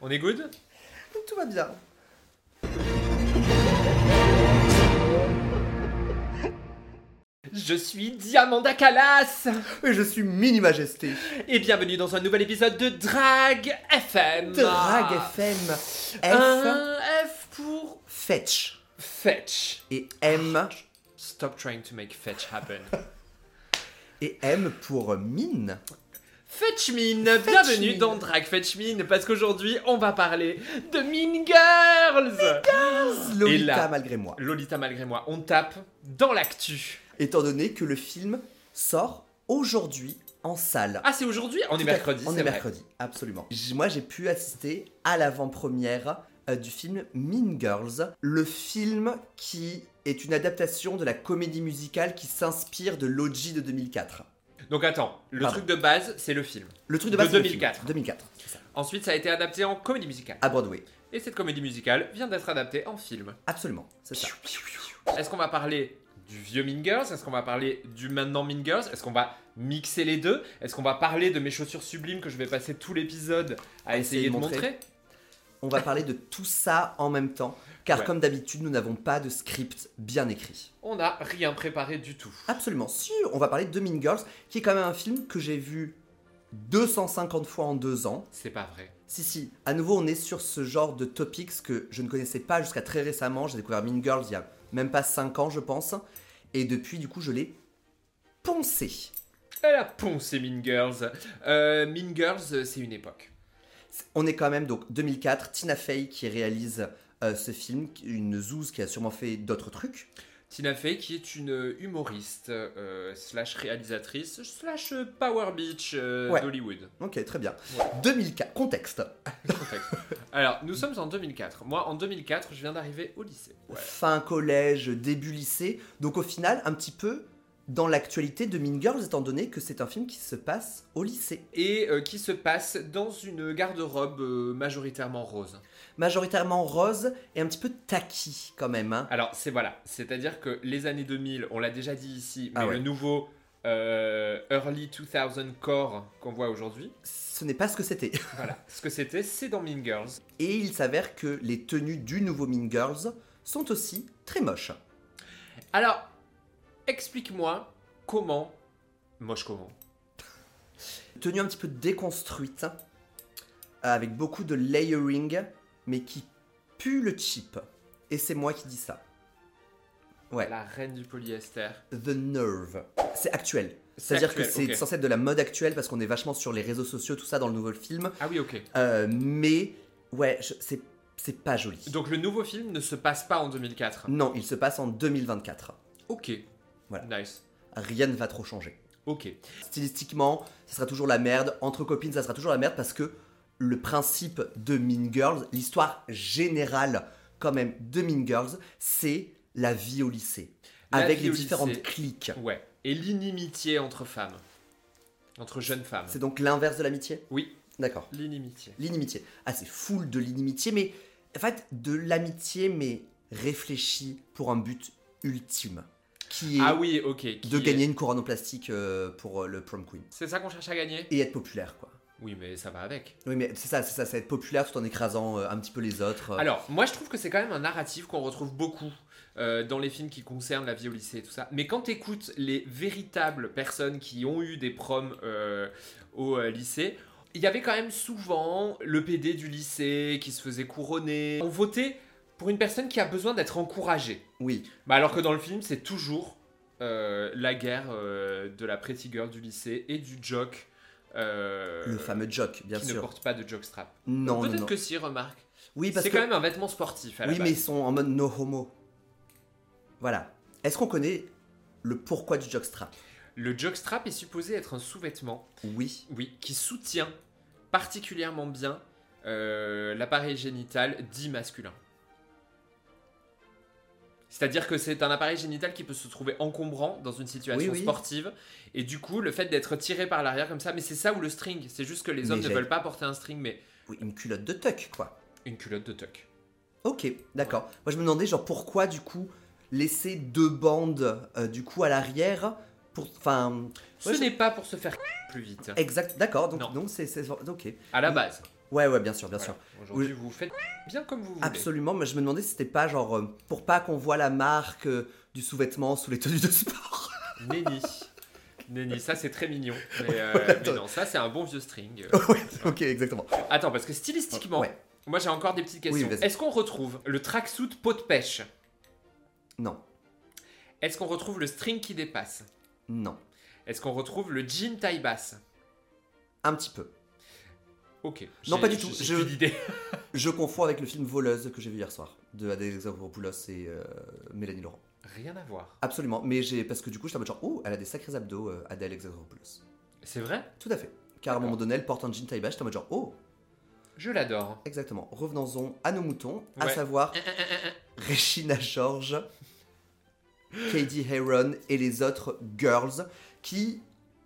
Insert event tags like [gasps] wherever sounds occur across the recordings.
On est good Tout va bien. Je suis Diamanda Calas Et je suis Mini Majesté. Et bienvenue dans un nouvel épisode de Drag FM Drag FM. F, Un F pour fetch. fetch. Et M. Stop trying to make fetch happen. [laughs] Et M pour mine. Fetch Mine, bienvenue Mine. dans Drag Fetch Mine, parce qu'aujourd'hui on va parler de Mean Girls Lolita là- malgré moi. Lolita malgré moi, on tape dans l'actu. Étant donné que le film sort aujourd'hui en salle. Ah c'est aujourd'hui On est Tout à- mercredi, On c'est est vrai. mercredi, absolument. J- Moi, j'ai pu assister à l'avant-première euh, du film Mean Girls, le film qui est une adaptation de la comédie musicale qui s'inspire de Logie de 2004. Donc attends, le Pardon. truc de base c'est le film. Le truc de De base, c'est le film. 2004. 2004, c'est ça. Ensuite ça a été adapté en comédie musicale. À Broadway, Et cette comédie musicale vient d'être adaptée en film. absolument, c'est ça. Est-ce qu'on va parler du vieux Mean Girls Est-ce qu'on va parler du maintenant Mean Girls Est-ce qu'on va mixer les deux Est-ce qu'on va parler de mes chaussures sublimes que je vais passer tout l'épisode à essayer de montrer, On va parler de tout ça en même temps, car Ouais. comme d'habitude, nous n'avons pas de script bien écrit. On n'a rien préparé du tout. Absolument, si, on va parler de Mean Girls, qui est quand même un film que j'ai vu 250 fois en deux ans. C'est pas vrai. Si, si, à nouveau, on est sur ce genre de topics que je ne connaissais pas jusqu'à très récemment. J'ai découvert Mean Girls il y a même pas 5 ans, je pense. Et depuis, du coup, je l'ai poncé. Elle a poncé Mean Girls. Euh, mean Girls, euh, c'est une époque. On est quand même, donc, 2004, Tina Fey qui réalise euh, ce film, une zouze qui a sûrement fait d'autres trucs. Tina Fey, qui est une humoriste, euh, slash réalisatrice, slash euh, Power Beach euh, Ouais. d'Hollywood. Ok, très bien. Ouais. 2004, contexte. Contexte. Alors, nous sommes en 2004. Moi, en 2004, je viens d'arriver au lycée. Ouais. Fin collège, début lycée. Donc, au final, un petit peu dans l'actualité de Mean Girls, étant donné que c'est un film qui se passe au lycée. et euh, qui se passe dans une garde-robe euh, majoritairement rose. Majoritairement rose et un petit peu tacky, quand même. hein. Alors c'est voilà, c'est-à-dire que les années 2000, on l'a déjà dit ici, mais Ah ouais. le nouveau euh, early 2000 core qu'on voit aujourd'hui, Ce n'est pas ce que c'était. voilà, ce que c'était, c'est dans Mean Girls. Et il s'avère que les tenues du nouveau Mean Girls sont aussi très moches. Alors explique-moi comment, moche comment, Tenues un petit peu déconstruites, hein, avec beaucoup de layering, mais qui pue le cheap. Et c'est moi qui dis ça. Ouais. la reine du polyester. The Nerve. C'est actuel. C'est-à-dire que actuel, c'est ok. censé être de la mode actuelle parce qu'on est vachement sur les réseaux sociaux, tout ça dans le nouveau film. Ah oui, ok. Euh, mais ouais, je- c'est c'est pas joli. Donc le nouveau film ne se passe pas en 2004. Non, il se passe en 2024. Ok. Voilà. Nice. Rien ne va trop changer. Ok. stylistiquement, ça sera toujours la merde. Entre copines, ça sera toujours la merde parce que le principe de Mean Girls, l'histoire générale quand même de Mean Girls, c'est la vie au lycée. La avec vie les au différentes lycée. cliques. Ouais. Et l'inimitié entre femmes, entre jeunes femmes. C'est donc l'inverse de l'amitié Oui, D'accord. l'inimitié. L'inimitié. Ah, c'est full de l'inimitié, mais en fait, de l'amitié, mais réfléchie pour un but ultime. Qui est Ah oui, ok. qui de est- gagner une couronne en plastique euh, pour euh, le prom queen. C'est ça qu'on cherche à gagner Et être populaire, quoi. Oui, mais ça va avec. Oui, mais c'est ça, c'est ça, c'est être populaire tout en écrasant euh, un petit peu les autres. euh. Alors, moi je trouve que c'est quand même un narratif qu'on retrouve beaucoup euh, dans les films qui concernent la vie au lycée et tout ça. Mais quand t'écoutes les véritables personnes qui ont eu des proms euh, au euh, lycée, il y avait quand même souvent le PD du lycée qui se faisait couronner. On votait pour une personne qui a besoin d'être encouragée. Oui, Bah, alors que dans le film, c'est toujours euh, la guerre euh, de la pretty girl du lycée et du jock. euh, le fameux jock, bien qui ne sûr. porte pas de jockstrap. Non, non, Peut-être non. que si, remarque. Oui, parce C'est que. quand même un vêtement sportif à la oui, mais ils sont en mode no homo. Voilà. Est-ce qu'on connaît le pourquoi du jockstrap Le jockstrap est supposé être un sous-vêtement, Oui. oui, qui soutient particulièrement bien euh, l'appareil génital dit masculin. C'est-à-dire que c'est un appareil génital qui peut se trouver encombrant dans une situation Oui, oui. sportive. Et du coup, le fait d'être tiré par l'arrière comme ça, mais c'est ça ou le string. C'est juste que les Mais hommes ne j'ai- veulent pas porter un string, mais Oui, une culotte de tuck, quoi. une culotte de tuck. Ok, d'accord. Moi, je me demandais, genre, pourquoi, du coup, laisser deux bandes, euh, du coup, à l'arrière pour. Enfin. Ce Ouais, je- n'est pas pour se faire plus vite, Exact, d'accord. Donc, Non. non, c'est. c'est- Ok. à la base. Ouais, ouais, bien sûr, bien sûr. Voilà. Aujourd'hui, vous faites bien comme vous voulez. Absolument, mais je me demandais si c'était pas genre euh, pour pas qu'on voit la marque euh, du sous-vêtement sous les tenues de sport. [laughs] Nenni. Nenni, ça c'est très mignon. Mais, euh, Ouais, mais attends. non, ça c'est un bon vieux [laughs] string. ouais, ok, exactement. Attends, parce que stylistiquement, Ouais. moi j'ai encore des petites Oui, questions. vas-y. Est-ce qu'on retrouve le tracksuit peau de pêche Non, Est-ce qu'on retrouve le string qui dépasse non, Est-ce qu'on retrouve le jean taille basse un petit peu. Ok. Non, j'ai- pas du tout. J'ai Je- plus d'idée. Je confonds avec le film Voleuse que j'ai vu hier soir de Alexandropoulos et euh, Mélanie Laurent. [laughs] Rien à voir. Absolument, mais j'ai parce que du coup, j'étais en mode genre, oh, elle a des sacrés abdos, euh, Adèle Alexandropoulos. C'est vrai Tout à fait. Car à un D'accord. moment donné, elle porte un jean taille basse, j'étais en mode genre, oh, Je l'adore. exactement. Revenons-en à nos moutons, à Ouais. savoir Regina George, Katie Heron et les autres girls qui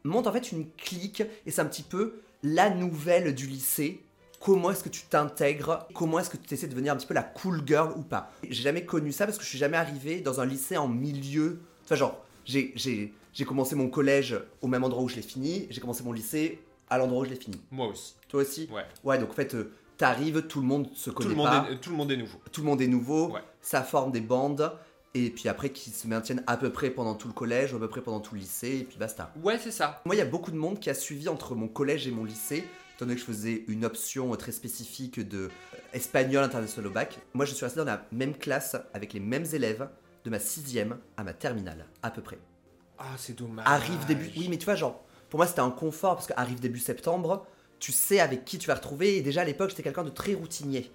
montent en fait une clique et c'est un petit peu la nouvelle du lycée. Comment est-ce que tu t'intègres Comment est-ce que tu essaies de devenir un petit peu la cool girl ou pas J'ai jamais connu ça parce que je suis jamais arrivé dans un lycée en milieu. Enfin, genre, j'ai- j'ai j'ai commencé mon collège au même endroit où je l'ai fini, j'ai commencé mon lycée à l'endroit où je l'ai fini. Moi aussi. Toi aussi Ouais. Ouais, donc en fait, euh, t'arrives, tout le monde se Tout connaît le, monde pas est, tout le monde est nouveau. tout le monde est nouveau, Ouais. ça forme des bandes, et puis après qui se maintiennent à peu près pendant tout le collège, ou à peu près pendant tout le lycée, et puis basta. Ouais, c'est ça. Moi, il y a beaucoup de monde qui a suivi entre mon collège et mon lycée, étant donné que je faisais une option euh, très spécifique de euh, espagnol international au bac. Moi, je suis resté dans la même classe avec les mêmes élèves de ma sixième à ma terminale, à peu près. Ah, c'est dommage. Arrive début. Oui, mais tu vois, genre, pour moi, c'était un confort parce qu'arrive début septembre, tu sais avec qui tu vas retrouver, et déjà à l'époque, j'étais quelqu'un de très routinier.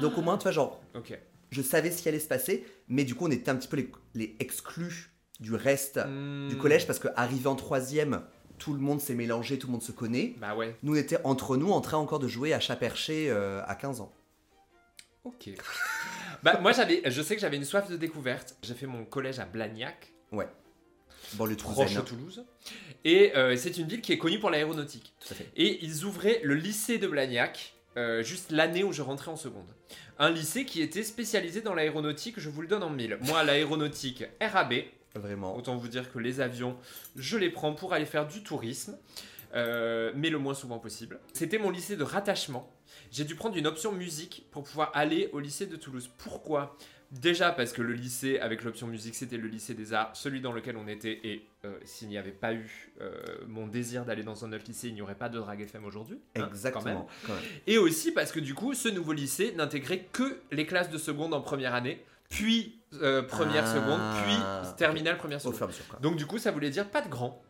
Donc au moins, tu vois, genre, Ok. je savais ce qui allait se passer, mais du coup, on était un petit peu les, les exclus du reste Ah, du Hmm. collège parce qu'arrivé en troisième, tout le monde s'est mélangé, tout le monde se connaît. Bah ouais. Nous, on était entre nous en train encore de jouer à chat perché euh, à 15 ans. Ok. [laughs] bah moi j'avais, je sais que j'avais une soif de découverte. J'ai fait mon collège à Blagnac, Bon, le proche troisième. de Toulouse, et euh, c'est une ville qui est connue pour l'aéronautique. Tout à fait. Et ils ouvraient le lycée de Blagnac. euh, juste l'année où je rentrais en seconde. Un lycée qui était spécialisé dans l'aéronautique, je vous le donne en mille. Moi, l'aéronautique RAB, hein, Vraiment. Autant vous dire que les avions, je les prends pour aller faire du tourisme, euh, mais le moins souvent possible. C'était mon lycée de rattachement. J'ai dû prendre une option musique pour pouvoir aller au lycée de Toulouse. Pourquoi Déjà parce que le lycée avec l'option musique, c'était le lycée des arts, celui dans lequel on était. Et euh, s'il n'y avait pas eu euh, mon désir d'aller dans un autre lycée, il n'y aurait pas de Drag FM aujourd'hui. hein, quand même. Exactement. quand même. Et aussi parce que du coup, ce nouveau lycée n'intégrait que les classes de seconde en première année, puis euh, première Ah, seconde, puis ok. terminale première Au seconde. fur et à mesure, quoi. Donc du coup, ça voulait dire pas de grand.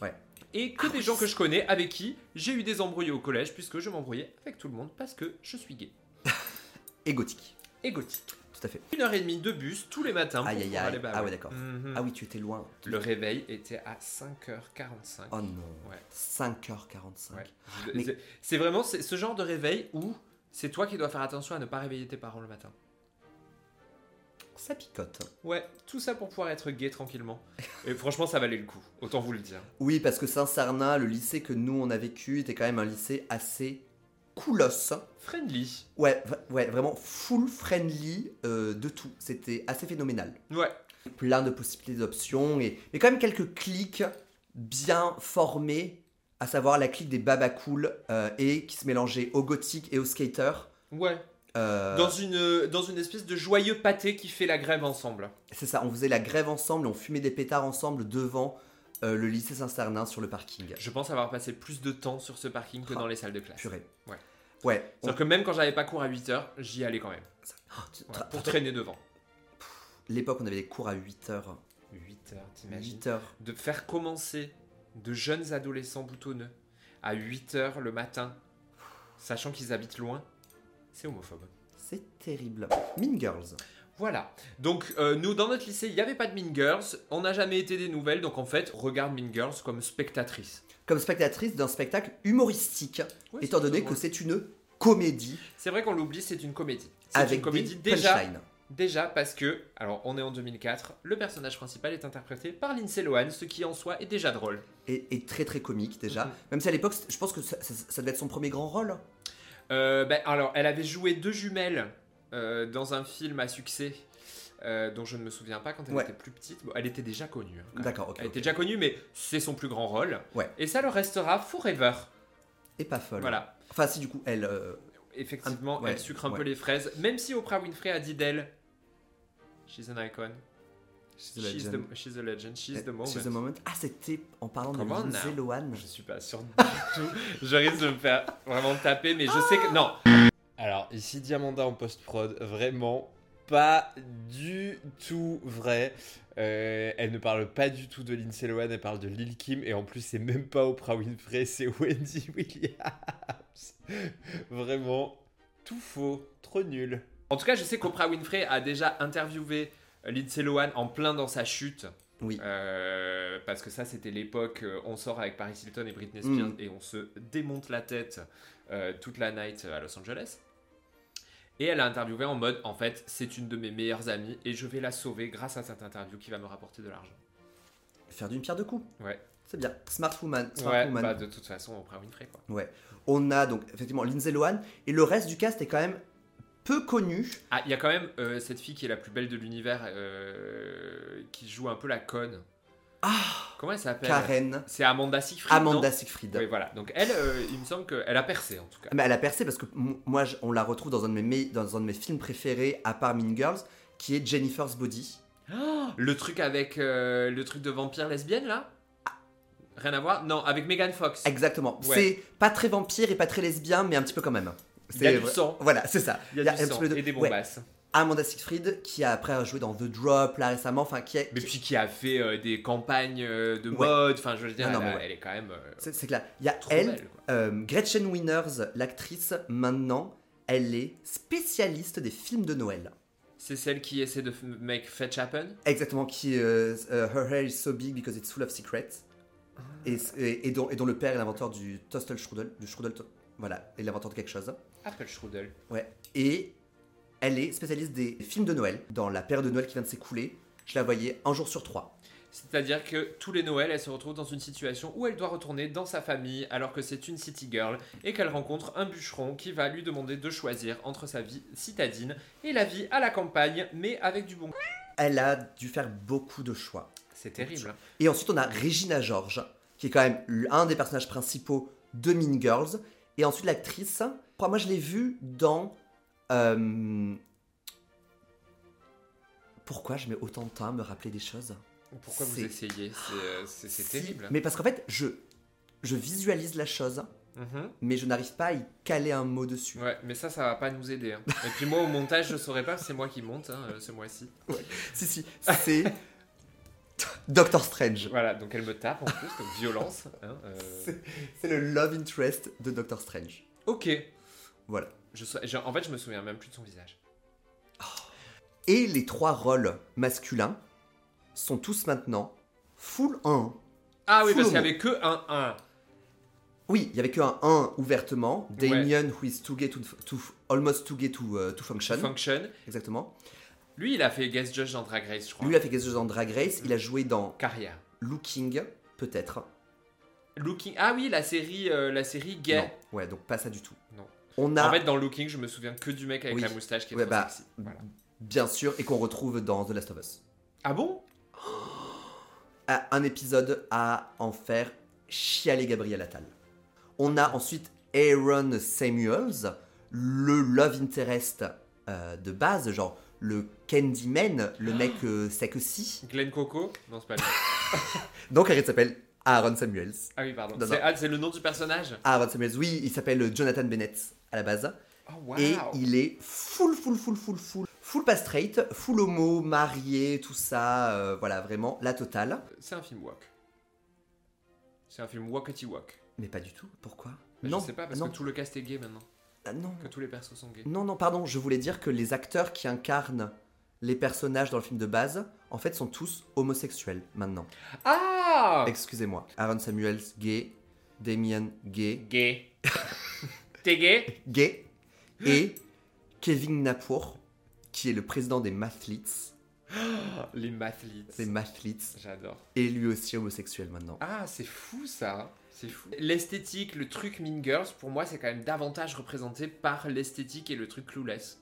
Ouais. Et que Ah des oui, gens que c'est- je connais avec qui j'ai eu des embrouilles au collège puisque je m'embrouillais avec tout le monde parce que je suis gay Et gothique. et gothique. Tout à fait. Une heure et demie de bus tous les matins. pour Aïe, aïe, pouvoir aïe. aller bas- Ah ouais, d'accord. Mhm. Ah oui, tu étais loin. Le réveil était à 5h45. Oh non. Ouais. 5h45. Ouais. mais- C'est- C'est vraiment c'est ce genre de réveil où c'est toi qui dois faire attention à ne pas réveiller tes parents le matin. Ça picote. Ouais, tout ça pour pouvoir être gay [laughs] tranquillement. Et franchement, ça valait le coup, autant vous le dire. Oui, parce que Saint-Sarnin, le lycée que nous on a vécu, était quand même un lycée assez coolos. Friendly. Ouais, v- ouais, vraiment full friendly euh, de tout. C'était assez phénoménal. Ouais. Plein de possibilités d'options, et... mais quand même quelques clics bien formés, à savoir la clique des baba cool euh, et qui se mélangeait au gothique et au skater. Ouais. Euh, Dans une, dans une espèce de joyeux pâté qui fait la grève ensemble. C'est ça, on faisait la grève ensemble, on fumait des pétards ensemble devant euh, le lycée Saint-Sernin sur le parking. Je pense avoir passé plus de temps sur ce parking que dans les salles de classe. Ah. Purée. Ouais. Ouais. on- C'est-à-dire que même quand j'avais pas cours à 8h, j'y allais quand même. Oh, tu- Ouais, tra- pour tra- traîner devant. L'époque, on avait des cours à 8h. 8h, 8h. De faire commencer de jeunes adolescents boutonneux à 8h le matin, sachant qu'ils habitent loin, c'est homophobe. C'est terrible. Mean Girls. Voilà. Donc, euh, nous, dans notre lycée, il n'y avait pas de Mean Girls. On n'a jamais été des nouvelles. Donc, en fait, regarde Mean Girls comme spectatrice. Comme spectatrice d'un spectacle humoristique, Ouais, étant c'est donné plutôt que drôle. c'est une comédie C'est vrai qu'on l'oublie, c'est une comédie. C'est avec une comédie des déjà punchlines. Déjà parce que, alors on est en 2004, le personnage principal est interprété par Lindsay Lohan, ce qui en soi est déjà drôle. Et, et très très comique déjà. Mhm. Même si à l'époque, c'est- je pense que ça, ça- ça devait être son premier grand rôle. Euh, ben, alors, elle avait joué deux jumelles euh, dans un film à succès euh, dont je ne me souviens pas quand elle Ouais. était plus petite. Bon, elle était déjà connue. hein, quand même. D'accord, ok. Elle ok. était déjà connue, mais c'est son plus grand rôle. Ouais. Et ça le restera forever. Et pas folle. Voilà. Enfin, si du coup, elle. euh, effectivement, Un- ouais, elle sucre un peu ouais. les fraises. Même si Oprah Winfrey a dit d'elle, she's an icon, She's the she's legend. the, she's the legend, she's the Eh, moment. She's the moment. Ah, c'était en parlant Come on de Lindsay now. Lohan. Je suis pas sûr du tout. Je risque de me faire vraiment taper, mais je sais que non. Alors ici Diamanda en post prod, vraiment pas du tout vrai. Euh, elle ne parle pas du tout de Lindsay Lohan, elle parle de Lil Kim et en plus c'est même pas Oprah Winfrey, c'est Wendy Williams. Vraiment tout faux, trop nul. En tout cas, je sais qu'Oprah Winfrey a déjà interviewé euh, Lindsay Lohan en plein dans sa chute. Oui. Euh, parce que ça, c'était l'époque, euh, on sort avec Paris Hilton et Britney Spears Mm. et on se démonte la tête euh, toute la night à Los Angeles. Et elle a interviewé en mode, en fait, c'est une de mes meilleures amies et je vais la sauver grâce à cette interview qui va me rapporter de l'argent. Faire d'une pierre deux coups. Ouais. C'est bien. Smart woman. Smart Ouais, woman. bah, de toute façon, Oprah Winfrey, quoi. On a donc effectivement Lindsay Lohan et le reste du cast est quand même peu connu. Ah, il y a quand même euh, cette fille qui est la plus belle de l'univers, euh, qui joue un peu la conne. Ah, Comment elle s'appelle Karen, C'est Amanda Seyfried, Amanda non Siegfried. Oui, voilà. Donc elle, euh, il me semble qu'elle a percé, en tout cas. Mais elle a percé parce que m- moi je- on la retrouve dans un, de mes, me- dans un de mes films préférés à part Mean Girls qui est Jennifer's Body. Ah Le truc avec euh, le truc de vampire lesbienne là Ah. Rien à voir Non, avec Megan Fox. Exactement. Ouais. C'est pas très vampire et pas très lesbien mais un petit peu quand même. Il y a C'est du vrai- sang, Voilà, c'est ça. il y a, y a du un sang petit peu de- et des ouais. bombasses. Amanda Siegfried qui a après joué dans The Drop là récemment, enfin qui est... Mais puis qui a fait euh, des campagnes euh, de Ouais. mode, enfin je veux dire, Non, non, elle, a- mais ouais. elle est quand même euh, C'est c'est clair. Il y a trop elle, belle. quoi. Euh, Gretchen Winners, l'actrice, maintenant, elle est spécialiste des films de Noël. C'est celle qui essaie de f- make fetch happen Exactement, qui euh, euh, Her hair is so big because it's full of secrets. Et, et, et dont, et dont le père est l'inventeur du Tostel Strudel, du Strudel, to- voilà, est l'inventeur de quelque chose. Apple Strudel. Ouais. Et elle est spécialiste des films de Noël. Dans la période de Noël qui vient de s'écouler, je la voyais un jour sur trois. C'est-à-dire que tous les Noëls, elle se retrouve dans une situation où elle doit retourner dans sa famille alors que c'est une city girl et qu'elle rencontre un bûcheron qui va lui demander de choisir entre sa vie citadine et la vie à la campagne mais avec du bon. Elle a dû faire beaucoup de choix. C'est terrible. Et ensuite, on a Regina George, qui est quand même l'un des personnages principaux de Mean Girls. Et ensuite, l'actrice, pour moi, je l'ai vue dans. euh, Pourquoi je mets autant de temps à me rappeler des choses Pourquoi vous C'est- essayez C'est, euh, C'est c'est Si- terrible. Mais parce qu'en fait, je, je visualise la chose, Mhm. mais je n'arrive pas à y caler un mot dessus. Ouais, mais ça, ça va pas nous aider. hein. Et puis moi, au montage, je saurais pas, c'est moi qui monte hein, euh, ce mois-ci. Si, si, c'est. [laughs] Doctor Strange. Voilà, donc elle me tape en plus, donc violence. hein, euh. C'est c'est le love interest de Doctor Strange. Ok. Voilà. Je sais- j'ai- En fait, je me souviens même plus de son visage. Et les trois rôles masculins sont tous maintenant full 1. Ah oui, Full parce qu'il y homo. avait que un 1. Oui, il y avait que un 1 ouvertement, Ouais. Damien who is too gay to, to- almost too gay to, euh, to function, Function. exactement. Lui, il a fait guest judge dans Drag Race, je crois. Lui, il a fait quelque chose dans Drag Race, il a joué dans Carrière. Looking, peut-être. Looking. Ah oui, la série, euh, la série Non, gay. ouais, donc pas ça du tout. Non. On a, En fait, dans Looking, je me souviens que du mec avec Ah. Oui. la moustache qui est Ouais, trop bah, sexy. Voilà. bien sûr, et qu'on retrouve dans The Last of Us. Ah bon à un épisode à en faire chialer Gabriel Attal. On a ensuite Aaron Samuels, le love interest euh, de base, genre le Candyman, le mec euh, sec aussi. Glenn Coco Non, c'est pas lui. Donc il s'appelle Aaron Samuels. Ah oui, pardon. Non, C'est non. ah, c'est le nom du personnage Aaron Samuels, oui, il s'appelle Jonathan Bennett à la base. Oh, wow. Et il est full, full, full, full, full, full pas straight, full homo, marié, tout ça, euh, voilà, vraiment la totale. C'est un film walk. C'est un film walkety walk. Mais pas du tout, pourquoi Mais Non, Bah, je sais pas, parce non, que tout le cast est gay maintenant. ah, non. Que tous les persos sont gays. Non, non, pardon, je voulais dire que les acteurs qui incarnent les personnages dans le film de base, en fait, sont tous homosexuels maintenant. Ah Excusez-moi. Aaron Samuels, gay. Damien, gay. [laughs] Gay. T'es gay Gay. [gasps] Et Kevin Napour, qui est le président des Mathletes. Les mathletes. Ah. Les Mathletes J'adore. est lui aussi homosexuel maintenant. Ah, c'est fou ça. C'est fou. L'esthétique, le truc Mean Girls, pour moi, c'est quand même davantage représenté par l'esthétique et le truc Clueless.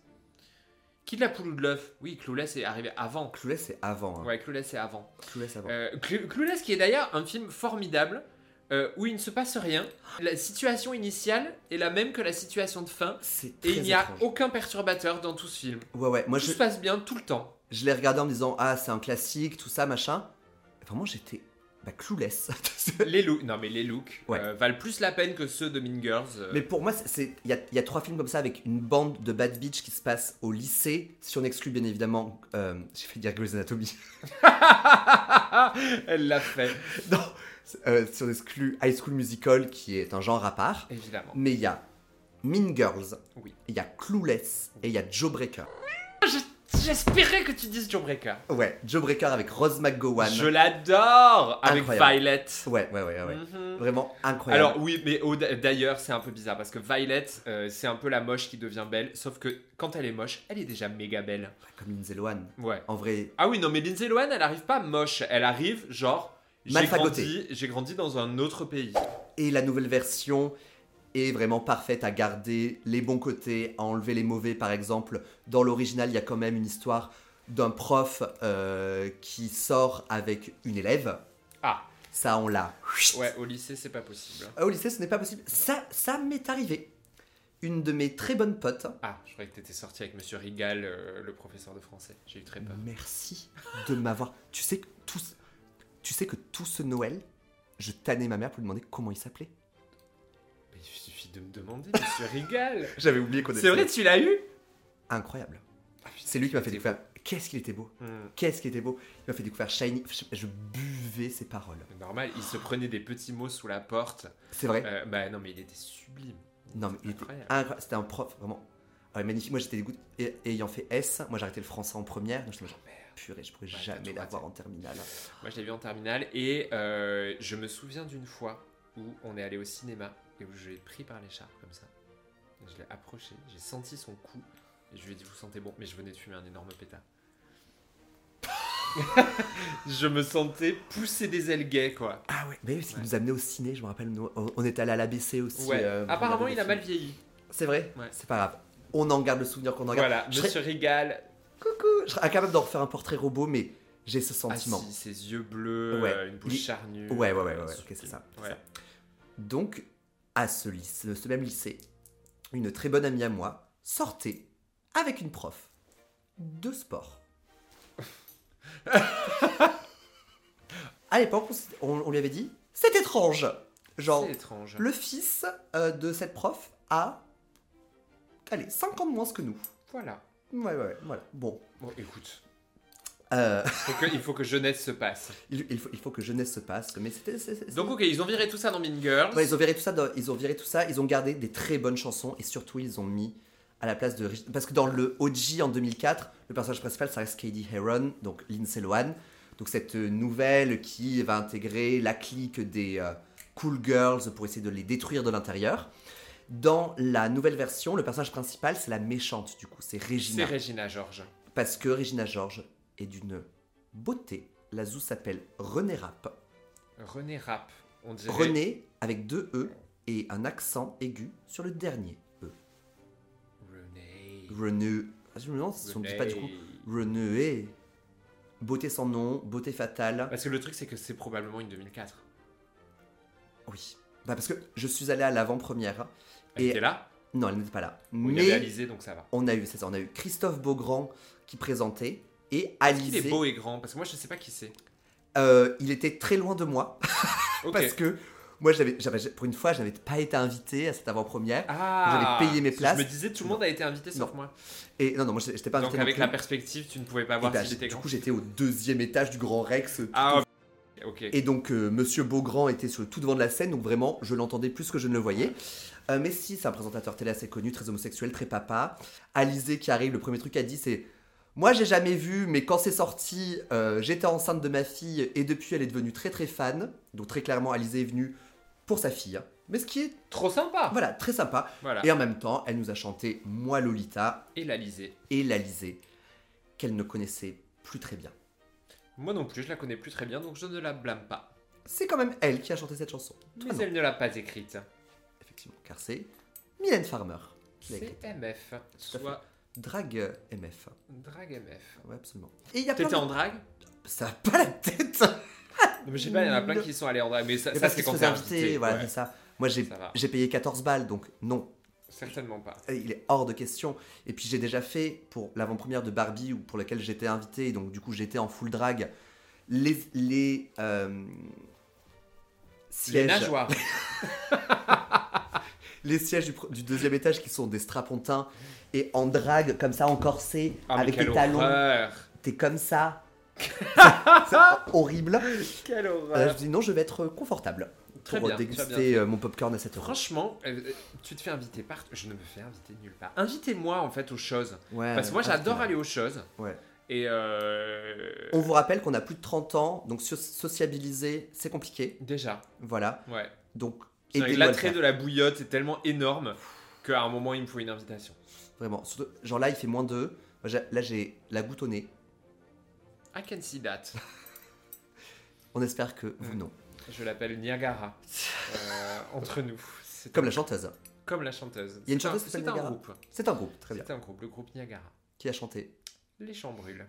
Qui de la poule ou de l'œuf Oui, Clueless est arrivé avant. Clueless, c'est avant. hein. Ah. Ouais, Clueless est avant. Clueless avant. Euh, Clu- Clueless, qui est d'ailleurs un film formidable euh, où il ne se passe rien. La situation initiale est la même que la situation de fin. C'est très Et il n'y a étrange. aucun perturbateur dans tout ce film. Ouais, ouais. Moi, tout je, se passe bien tout le temps. je l'ai regardé en me disant Ah, c'est un classique, tout ça, machin. Vraiment, j'étais bah, clueless. [laughs] Les looks, non mais les looks Ouais. euh, valent plus la peine que ceux de Mean Girls. euh, Mais pour moi, c'est- c'est il y a, il y a trois films comme ça avec une bande de bad bitch qui se passe au lycée, si on exclut bien évidemment, euh, j'ai fait dire Grey's Anatomy, [laughs] [laughs] Elle l'a fait, non, euh, si on exclut High School Musical qui est un genre à part, évidemment. mais il y a Mean Girls, Oui. il y a Clueless et il y a Joe Breaker. Je- J'espérais que tu dises John Breaker. Ouais, Joe Breaker avec Rose McGowan. Je l'adore avec Incroyable. Violet. Ouais, ouais, ouais, ouais. Mhm. Vraiment incroyable. Alors oui, mais au- d'ailleurs c'est un peu bizarre parce que Violet euh, c'est un peu la moche qui devient belle, sauf que quand elle est moche, elle est déjà méga belle. Comme Lindsay Lohan. Ouais. En vrai, Ah oui non mais Lindsay Lohan elle arrive pas moche, elle arrive genre j'ai Mal grandi, fagotée. j'ai grandi dans un autre pays. et la nouvelle version est vraiment parfaite à garder les bons côtés, à enlever les mauvais par exemple. Dans l'original, il y a quand même une histoire d'un prof euh, qui sort avec une élève. Ah. Ça, on l'a. Ouais au lycée c'est pas possible. Ah, Au lycée, ce n'est pas possible. Ça, ça m'est arrivé. Une de mes très bonnes potes. Ah je croyais que t'étais sorti avec Monsieur Rigal, euh, le professeur de français. J'ai eu Eh très ben. peur. Mm. Merci de m'avoir. Tu sais que tout, ce- tu sais que tout ce Noël, je tannais ma mère pour lui demander comment il s'appelait. Mais il suffit de me demander, Monsieur [laughs] Rigal. J'avais oublié qu'on C'est vrai tu l'as eu Incroyable. C'est lui qui m'a fait découvrir. Qu'est-ce qu'il était beau. Hmm, Qu'est-ce qu'il était beau Il m'a fait découvrir Shiny. Je- Je buvais ses paroles. Normal, il se prenait des petits mots sous la porte. C'est vrai. Euh, bah non, mais il était sublime. non, mais il était incroyable. Ah, incroyable. C'était un prof vraiment ah, magnifique. Moi, j'étais dégoûté. Et- Ayant fait S, moi, j'ai arrêté le français en première. Donc, je me suis dit, purée, je pourrais Ouais, t'as jamais tout l'avoir en raté. terminale. Moi, je l'ai vu en terminale et euh, je me souviens d'une fois où on est allé au cinéma et où je l'ai pris par l'écharpe comme ça. Et Je l'ai approché, j'ai senti son cou et je lui ai dit Vous sentez bon Mais je venais de fumer un énorme pétard. [laughs] je me sentais pousser des ailes gays, quoi. Ah ouais. Mais c'est qu'il Ouais. nous amenait au ciné. Je me rappelle, nous- on on était allé à l'ABC aussi. Ouais. euh, pour Apparemment, regarder il des a mal films. vieilli. C'est vrai. Ouais. C'est pas grave. On en garde le souvenir qu'on en garde. Voilà, Je Monsieur Régal, Coucou. Je serais incapable d'en refaire un portrait robot, mais j'ai ce ah, sentiment. si, ses yeux bleus, Ouais. euh, une bouche Il- charnue. Ouais, ouais, ouais, ouais, euh, ouais, sublime. ok, c'est ça, c'est Ouais. ça. Donc, à ce, lycée- ce même lycée, une très bonne amie à moi sortait avec une prof de sport. à l'époque, on s- on, on lui avait dit c'est étrange. Genre, C'est étrange. le fils euh, de cette prof a. Allez, 5 ans de moins que nous. Voilà. Ouais, ouais, ouais, voilà. Bon. Bon, écoute, Euh, [laughs] faut que- il faut que jeunesse se passe. il, il faut, il faut que jeunesse se passe, mais c'était. c'est- c'est- Donc ok, ils ont viré tout ça dans Mean Girls. Ouais, ils ont viré tout ça. dans- ils ont viré tout ça. Ils ont gardé des très bonnes chansons et surtout ils ont mis à la place de Rich- parce que dans le OG en 2004, le personnage principal ça reste Katie Heron, donc Lindsay Lohan. Donc cette euh, nouvelle qui va intégrer la clique des euh, cool girls pour essayer de les détruire de l'intérieur. Dans la nouvelle version, le personnage principal c'est la méchante du coup, c'est C'est Regina Regina George. parce que Regina George est d'une beauté. La zou s'appelle René Rapp. René Rapp, on dirait. René avec deux E et un accent aigu sur le dernier E. René. René. Ah, Je me demande si on ne dit pas du coup. René. Beauté sans nom, beauté fatale. Parce que le truc c'est que c'est probablement une 2004. Oui. Bah parce que je suis allé à l'avant-première. Elle Et- était là. Non, elle n'était pas là. Bon, Il y avait Mais Alizé donc ça va. on a eu, c'est ça, on a eu Christophe Beaugrand qui présentait et Il est Alizé. beau et grand parce que moi je sais pas qui c'est. Euh, il était très loin de moi Ok. parce que moi, j'avais, j'avais- pour une fois, je n'avais pas été invité à cette avant-première. Ah. j'avais payé mes places. Je me disais tout le monde a été invité sauf Non. moi. Et non, non, moi, j'étais pas Donc invité. non avec plus. la perspective, tu ne pouvais pas Et voir bah, si j'ai- j'étais du grand. coup, j'étais au deuxième étage du Grand Rex. Ah. Ok. Et donc, euh, Monsieur Beaugrand était sur le tout devant de la scène, donc vraiment, je l'entendais plus que je ne le voyais. Euh, mais si, c'est un présentateur télé assez connu, très homosexuel, très papa. Alizé qui arrive, le premier truc qu'elle dit, c'est Moi, j'ai jamais vu, mais quand c'est sorti, euh, j'étais enceinte de ma fille, et depuis, elle est devenue très très fan. Donc, très clairement, Alizé est venue pour sa fille. hein. Mais ce qui est, ah, Trop sympa. voilà, très sympa. Voilà. Et en même temps, elle nous a chanté Moi, Lolita, Et l'Alizé. et l'Alizé, qu'elle ne connaissait plus très bien. Moi non plus, je la connais plus très bien donc je ne la blâme pas. C'est quand même elle qui a chanté cette chanson. Toi, Mais non. elle ne l'a pas écrite. Effectivement, car c'est Mylène Farmer qui l'a écrite. C'est MF, soit Drag MF. Drag MF. Ouais, absolument. Et il y a plein T'étais de- en drague Ça a pas la tête Mais je sais pas, il y en a plein qui sont allés en drague, mais ça, Mais ça parce c'est qu'ils quand se t'es faisaient invité. inviter, voilà, ouais. c'est ça. Moi, j'ai Ça va. j'ai payé 14 balles, donc non. Certainement pas. Euh, Il est hors de question. Et puis j'ai déjà fait pour l'avant-première de Barbie ou pour laquelle j'étais invité, donc du coup j'étais en full drag, les, les euh, Les sièges, les, nageoires. sièges du, pr- du deuxième étage qui sont des strapontins et en drague comme ça en corset Ah, mais avec quelle les talons, horreur. t'es [laughs] comme ça, c'est horrible. Quelle Euh, horreur. je dis non, je vais être euh, confortable Très pour bien, très bien. déguster euh, mon popcorn à cette heure. Franchement, euh, euh, tu te fais inviter par... Je ne me fais inviter nulle part. Invitez-moi en fait aux choses. Ouais, Parce que moi parce j'adore aller aux choses. Ouais. Et euh... On vous rappelle qu'on a plus de 30 ans, donc so- sociabiliser, c'est compliqué. Déjà, Voilà. ouais. Donc, C'est vrai que aidez-nous à le L'attrait faire. de la bouillotte est tellement énorme qu'à un moment il me faut une invitation. Vraiment. Surtout, genre là, il fait moins 2. Moi, j'ai- Là, j'ai la goutte au nez. I can see that. On espère que vous Mm. non. Je l'appelle Niagara. [laughs] euh, entre nous. C'est Comme la chanteuse. Comme la chanteuse. Il y a une C'est un- chanteuse qui s'appelle c'est un Niagara. groupe. C'est un groupe, très bien. C'est un groupe, le groupe Niagara. Qui a chanté Les champs brûlent.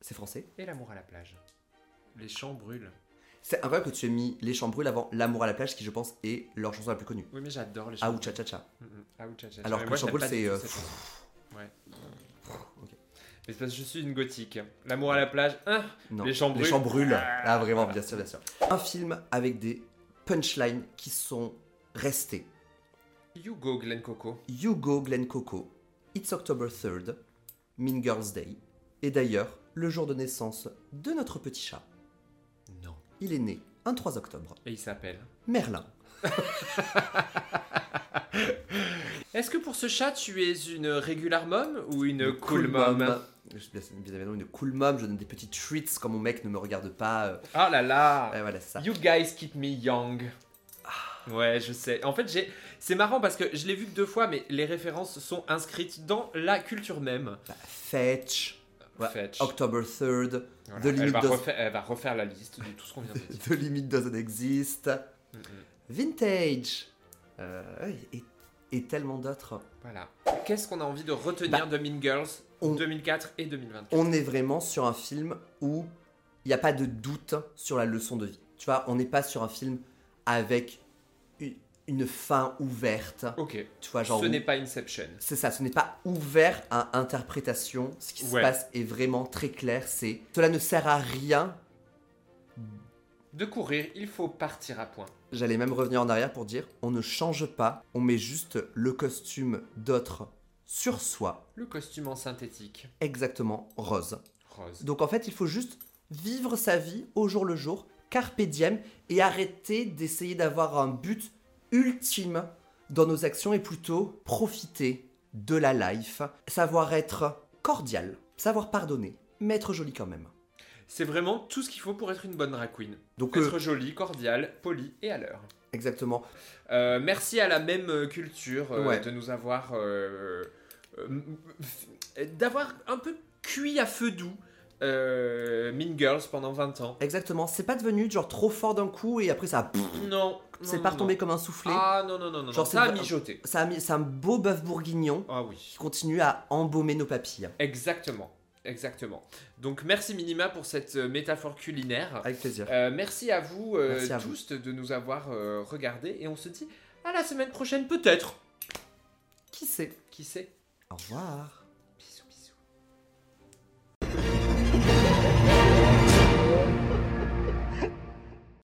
C'est français. Et l'amour à la plage. Les champs brûlent. C'est incroyable que tu aies mis Les Champs Brûlent avant L'amour à la plage, qui je pense est leur chanson la plus connue. Oui, mais j'adore les champs Ah ou brûlés. Cha Cha Cha. Mm, mm. Ah, ou tcha, tcha, tcha. Alors Mais que moi, Champ j'aime Brûle, pas du c'est, tout euh, cette chanson. Ouais. ok. Mais c'est parce que je suis une gothique. L'amour à la plage, hein Non. Les Champs Brûlent. Brûlent. Ah, Ah, vraiment, voilà. bien sûr, bien sûr. Un film avec des punchlines qui sont restées. You go, Glen Coco. You Go Glen Coco, It's October 3rd, Mean Girls Day, et d'ailleurs le jour de naissance de notre petit chat. Non. Il est né un 3 octobre. Et il s'appelle. Merlin. Est-ce que pour ce chat, tu es une regular mom ou une Une cool, mom, Je suis bien bien évidemment une cool mom, je donne des petits treats quand mon mec ne me regarde pas. euh, Ah là là ouais, voilà, c'est ça. Ah. You guys keep me young. Ouais, je sais. En fait, j'ai. C'est marrant parce que je l'ai vu que deux fois, mais les références sont inscrites dans la culture même. Bah, fetch, Ouais, Fetch. October 3rd, Voilà. The elle, Limit va Does- refaire, elle va refaire la liste de tout ce qu'on vient de dire. [laughs] The Limit Doesn't Exist, Mm, mm. Vintage, euh, et, et tellement d'autres. Voilà. Qu'est-ce qu'on a envie de retenir de Mean Girls Bah, on- 2004 et 2024 on est vraiment sur un film où il n'y a pas de doute sur la leçon de vie. Tu vois, on n'est pas sur un film avec u- une fin ouverte. Ok. Tu vois, Ah, genre. Ce où- n'est pas Inception. C'est ça, ce n'est pas ouvert à interprétation. Ce qui Ouais. se passe est vraiment très clair. C'est cela ne sert à rien. De courir, il faut partir à point. J'allais même revenir en arrière pour dire on ne change pas, on met juste le costume d'autres sur soi, Le costume en synthétique. exactement rose. Rose. Donc en fait, il faut juste vivre sa vie au jour le jour, carpe diem, et arrêter d'essayer d'avoir un but ultime dans nos actions et plutôt profiter de la life, savoir être cordial, savoir pardonner, mais être joli quand même. C'est vraiment tout ce qu'il faut pour être une bonne drag queen. Donc euh, Être jolie, cordiale, polie et à l'heure. exactement, Euh, merci à la même euh, culture euh, Ouais. de nous avoir. euh, euh, m- f- d'avoir un peu cuit à feu doux euh, Mean Girls pendant 20 ans. exactement, c'est pas devenu genre trop fort d'un coup et après ça a- Non. c'est non, pas non, retombé comme un soufflé. non. Ah non, non, non, non. non, Genre, c'est ça a vra- mijoté. Ça a mis- c'est un beau bœuf bourguignon Ah oui. qui continue à embaumer nos papilles. Exactement. Exactement. Donc merci Minima pour cette euh, métaphore culinaire. Avec plaisir. Euh, merci à vous euh, Merci à tous de nous avoir euh, regardés et on se dit à la semaine prochaine peut-être. Qui sait Qui sait Au revoir.